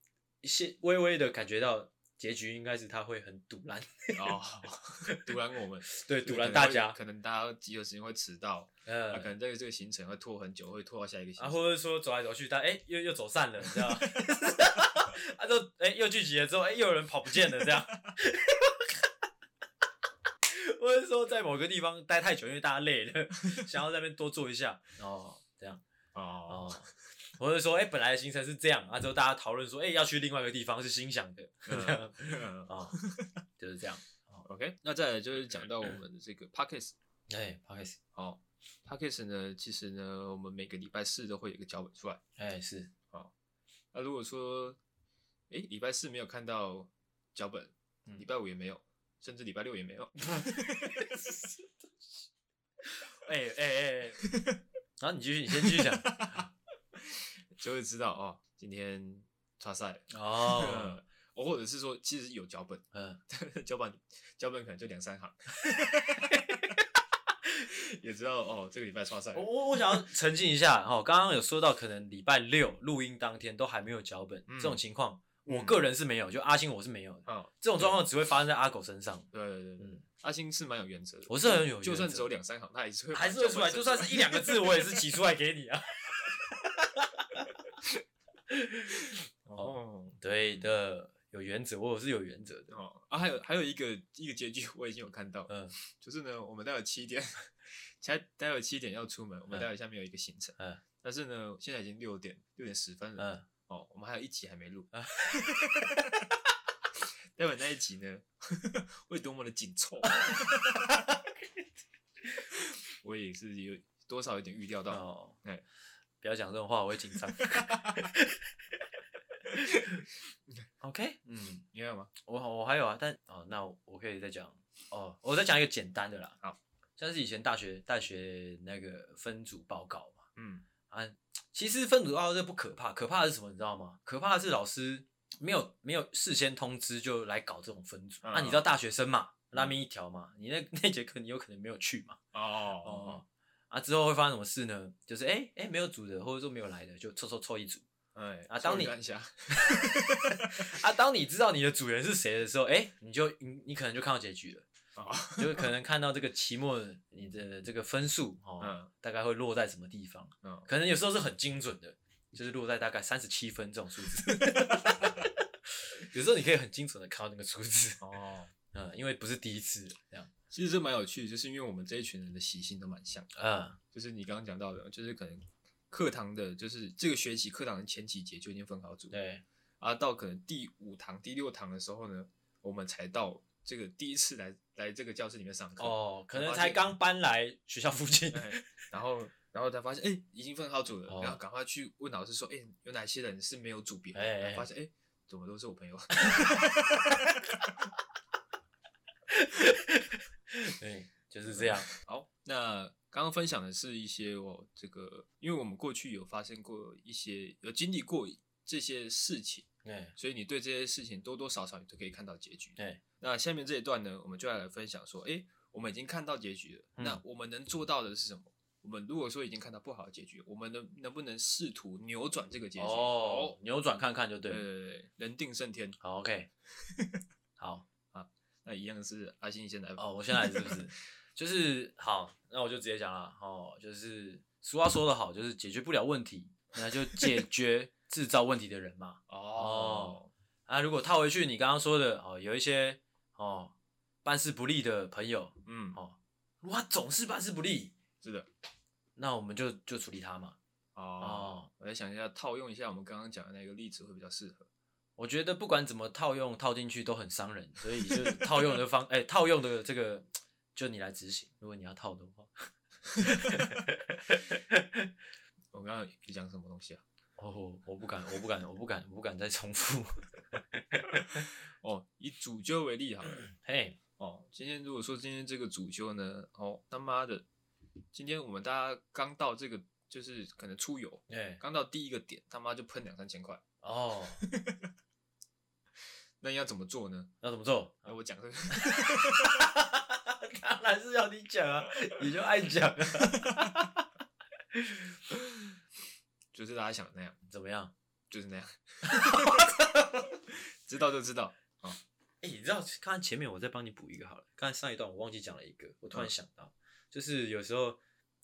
些微微的感觉到结局应该是他会很堵烂，哦， 堵拦 我们，对，就堵可拦能大会家，可能大家集合时间会迟到，嗯啊，可能这个这个行程会拖很久，会拖到下一个行啊，程。或者说走来走去，但哎、又又走散了，你知 道吗？啊，都哎、又聚集了之后，哎、又有人跑不见了，这样。 或者说在某个地方待太久，因为大家累 了，想要在那边多坐一下哦，这样哦哦。或者说，哎、本来的行程是这样，啊，之后大家讨论说，哎、要去另外一个地方是心想的，这样 嗯哦，就是这样。哦 OK，那再来就是讲到我们的这个 Pockets 哎、不好意思，哦，Pockets 呢，其实呢，我们每个礼拜四都会有一个脚本出来。哎、是，那如果说，诶，礼拜四没有看到脚本，嗯礼拜五也没有，甚至礼拜六也没有， 哎哎哎， 哎然后你继续，你先继续讲。就会知道哦，今天差赛了。 哦，哦，或者是说，其实有脚本，嗯，脚本脚本可能就两三行， 也知道哦，这个礼拜刷赛了我我我想要澄清一下哦，刚刚有说到可能礼拜六录音当天都还没有脚本、嗯这种情况，嗯我个人是没有，就阿星我是没有的。哦，这种状况只会发生在阿狗身上，对对对对，嗯阿星是蛮有原则的，我是很有原则就算只有两三行，他还是会还是会出来，就算是一两个字，我也是挤出来给你啊。 哦对的，有原则，我是有原则的。哦啊，还有还有一个一个结局我已经有看到，嗯 就是呢，我们待会七点，才待会七点要出门，我们嗯待会下面有一个行程，嗯，但是呢，现在已经六点六点十分了，嗯，哦，我们还有一集还没录， 待会那一集呢， 会多么的紧凑， 我也是有多少有点预料到，哦哎，不要讲这种话，我会紧张。OK，嗯，你还有吗？我好我还有啊，但哦，那我可以再讲哦，我再讲一个简单的啦。好，像是以前大学大学那个分组报告嘛，嗯，啊，其实分组报告这不可怕，可怕的是什么，你知道吗？可怕的是老师没有没有事先通知就来搞这种分组。嗯啊，你知道大学生嘛，拉面一条嘛，你那那节课你有可能没有去嘛。哦哦哦，，啊，之后会发生什么事呢？就是哎哎、诶没有组的，或者说没有来的，就凑凑凑一组。哎啊当你稍微看一下，啊，当你知道你的组员是谁的时候，哎、你就你你可能就看到结局了。哦， 就可能看到这个期末你的这个分数哦，嗯大概会落在什么地方？嗯，可能有时候是很精准的，就是落在大概三十七 分这种数字。有时候你可以很精准的看到那个数字哦，嗯，因为不是第一次这样，其实这蛮有趣的，就是因为我们这一群人的习性都蛮像，嗯就是你刚刚讲到的，就是可能课堂的，就是这个学期课堂的前几节就已经分好组，，对，啊，到可能第五堂、第六堂的时候呢，我们才到这个第一次来来这个教室里面上课，哦，可能我发才现刚搬来学校附近，对，然后然后才发现，哎、已经分好组了，哦然后赶快去问老师说，哎、有哪些人是没有组别的？哎哎然后发现，哎、怎么都是我朋友？ 对，就是这样，好，那刚刚分享的是一些我这个，因为我们过去有发生过一些，有经历过这些事情，对，所以你对这些事情多多少少你都可以看到结局。对，那下面这一段呢，我们就要来分享说，哎、我们已经看到结局了，嗯那我们能做到的是什么？我们如果说已经看到不好的结局，我们能能不能试图扭转这个结局？哦，，扭转看看就对对对了，对对，人定胜天。好，OK，好，那一样是阿信先来哦，我先来是不是？ 就是好，那我就直接讲了。哦，就是俗话说得好，就是解决不了问题，那就解决制造问题的人嘛。 哦，啊，如果套回去你刚刚说的，哦，有一些哦办事不力的朋友，嗯，哦，如果他总是办事不力，是的，那我们就就处理他嘛。哦，我在想一下，套用一下我们刚刚讲的那个例子会比较适合。我觉得不管怎么套用套进去都很伤人，所以就是套用的方，哎、套用的这个就你来执行，如果你要套的话。 我刚刚有讲什么东西啊？哦，我不敢，我不敢，我不敢，我不敢再重复。 哦，以主修为例好了。嘿，哦，今天如果说今天这个主修呢，哦，他妈的，今天我们大家刚到这个就是可能出游，哎，刚到第一个点，他妈就喷两三千块，哦，那要怎么做呢？要怎么做？那我讲这个， 当然是要你讲 啊，你就爱讲啊。 就是大家想的那样，怎么样？就是那样， 知道就知道。哎、你知道，刚才前面我再帮你补一个好了。刚才上一段我忘记讲了一个，我突然嗯想到，就是有时候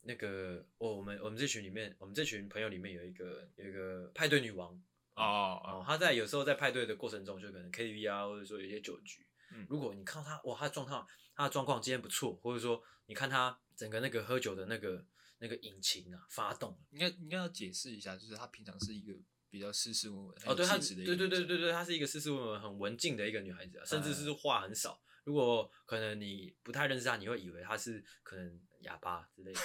那个，哦，我们我们这群里面，我们这群朋友里面有一个有一个派对女王，哦哦哦哦，，他在有时候在派对的过程中，就可能 KTV 啊，或者说有一些酒局，嗯如果你看到他哇，他的状况，他的状况今天不错，或者说你看他整个那个喝酒的那个那个引擎啊发动了，应该应该要解释一下，就是他平常是一个比较斯斯文文、很哦，有对他，气质的对一个对对女生嗯对对，对她是一个斯斯文文、很文静的一个女孩子啊、甚至是话很少。如果可能你不太认识她，你会以为她是可能哑巴 之类的。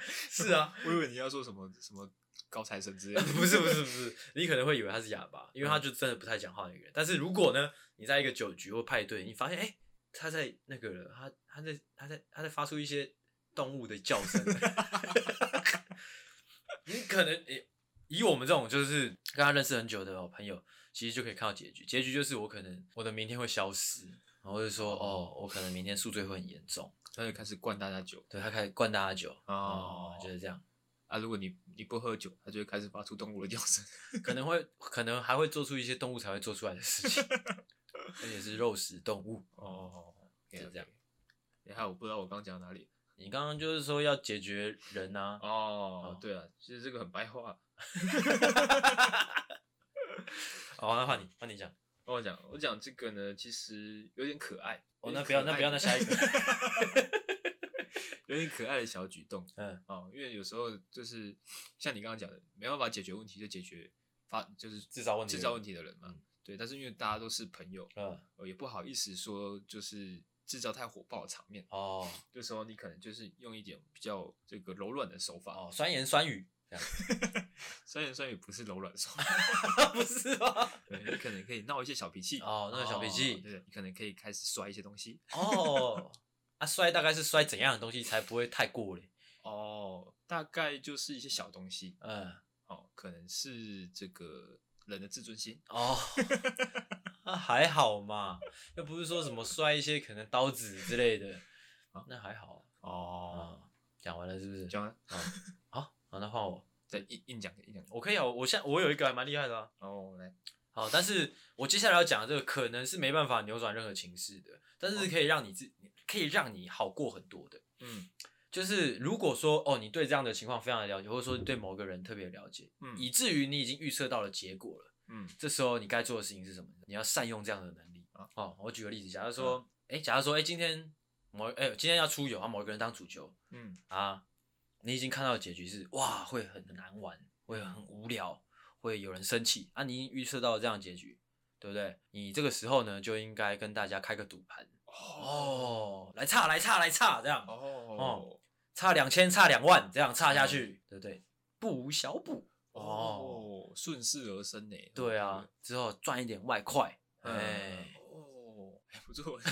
是啊，我以为你要说什么什么高材生之类的， 不是不是不是，你可能会以为他是哑巴，因为他就真的不太讲话的一个人。但是如果呢，你在一个酒局或派对，你发现哎、诶他在那个了，他他在他在他在发出一些动物的叫声， 你可能诶以我们这种就是跟他认识很久的朋友，其实就可以看到结局。结局就是我可能我的明天会消失，然后就说哦，我可能明天宿醉会很严重，他就开始灌大家酒对他开始灌大家酒，哦就是这样。啊。如果你你不喝酒，他就会开始发出动物的叫声。可能会，可能还会做出一些动物才会做出来的事情，而且是肉食动物。哦哦 哦，是这样。你看，我不知道我刚刚讲到哪里。你刚刚就是说要解决人啊，哦，对啊，其实这个很白话。好，哦那换你，换你讲。跟我讲，我讲这个呢，其实有点可爱。哦，有点那不要，可爱那不要，那下一个。 有点可爱的小举动。嗯，哦，因为有时候就是像你刚刚讲的，没办法解决问题就解决发就是制造问题制的造人问题的人嘛。嗯对，但是因为大家都是朋友，嗯，呃，也不好意思说就是制造太火爆的场面。哦，这时候你可能就是用一点比较这个柔软的手法，哦，酸言酸语，这样虽然说也不是柔软手 法，不是吗？对你可能可以闹一些小脾气哦那个小脾气哦对，你可能可以开始摔一些东西哦，啊，摔大概是摔怎样的东西才不会太过嘞？哦，大概就是一些小东西嗯，哦，可能是这个人的自尊心哦。那还好嘛，又不是说什么摔一些可能刀子之类的啊，那还好哦，啊。讲完了是不是？讲完好，好，那换我。再硬硬讲硬讲我可以啊，我现在我有一个还蛮厉害的啊。哦，来好，但是我接下来要讲的这个可能是没办法扭转任何情势的，但是可以让你自可以让你好过很多的。嗯就是如果说哦，你对这样的情况非常的了解，或者说你对某个人特别了解，嗯以至于你已经预测到了结果了，嗯这时候你该做的事情是什么呢？你要善用这样的能力，哦，我举个例子，假如说，哎、假如说，哎、今天某，哎、今天要出游啊，某一个人当主角嗯啊，你已经看到的结局是，哇，会很难玩，会很无聊，会有人生气啊，你已经预测到了这样的结局，对不对？你这个时候呢，就应该跟大家开个赌盘，哦，来差来差来差，这样，哦差两千，差两万，这样差下去，对不对？不无小补，哦，哦，顺势而生呢。哦对啊，之后赚一点外快，哎、嗯，哦，还不错。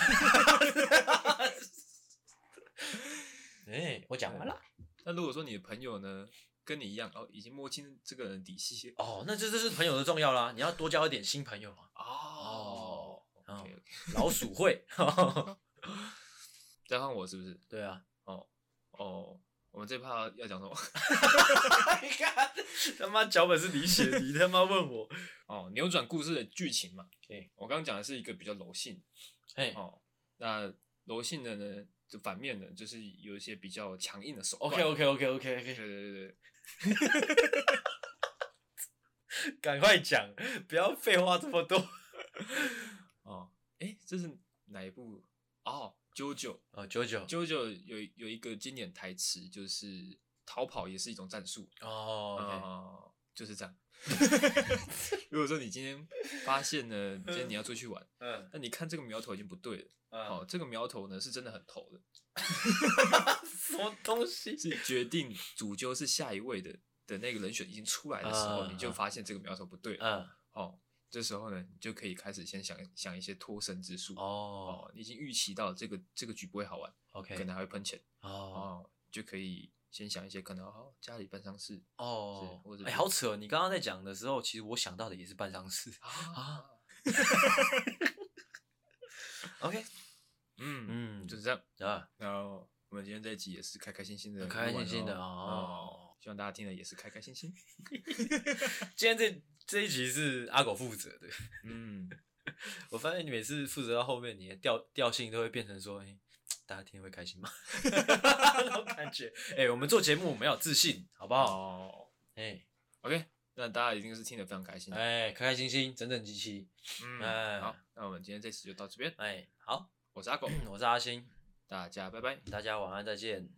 哎、我讲完了。那如果说你的朋友呢，跟你一样哦，已经摸清这个人的底细哦，那这就是朋友的重要啦，你要多交一点新朋友嘛。哦哦 OK，OK 老鼠会， 再换我是不是？对啊，哦，我们这趴要讲什么？ 你看 他妈脚本是你写，你他妈问我，哦，扭转故事的剧情嘛。对，我刚刚讲的是一个比较柔性嘿，哦，那柔性的呢，就反面的，就是有一些比较强硬的手段。 ，OK OK OK OK 对 OK，对对对，赶快讲，不要废话这么多。哦，哎，这是哪一部？哦，啾啾，哦，九九，啾啾有一有一个经典台词，就是逃跑也是一种战术。 哦哦，就是这样。 如果说你今天发现呢，今天你要出去玩， ，OK，嗯那你看这个苗头已经不对了。嗯，哦，这个苗头呢是真的很投的，什么东西？是决定主揪是下一位的的那个人选已经出来的时候，啊你就发现这个苗头不对了。嗯，哦，这时候呢，你就可以开始先想想一些脱身之术。哦哦，你已经预期到这个这个局不会好玩，可，OK，能还会喷钱。哦哦，就可以先想一些可能哦，家里办丧事哦或者，哎，好扯！你刚刚在讲的时候，其实我想到的也是办丧事。啊， OK，嗯嗯，就是这样。啊，然后我们今天这一集也是开开心心的，很开心心的哦。希望大家听了也是开开心心。今天这这一集是阿狗负责的。嗯，我发现你每次负责到后面，你的调调性都会变成说，哎、大家听会开心吗？ 那种感觉。哎、我们做节目我们要有自信，好不好？哦哎、 ，OK，那大家一定是听得非常开心。哎、开开心心，整整齐齐。哎嗯，好，那我们今天这期就到这边。哎、好， 我是阿狗，我是阿星，大家拜拜。大家晚安，再见。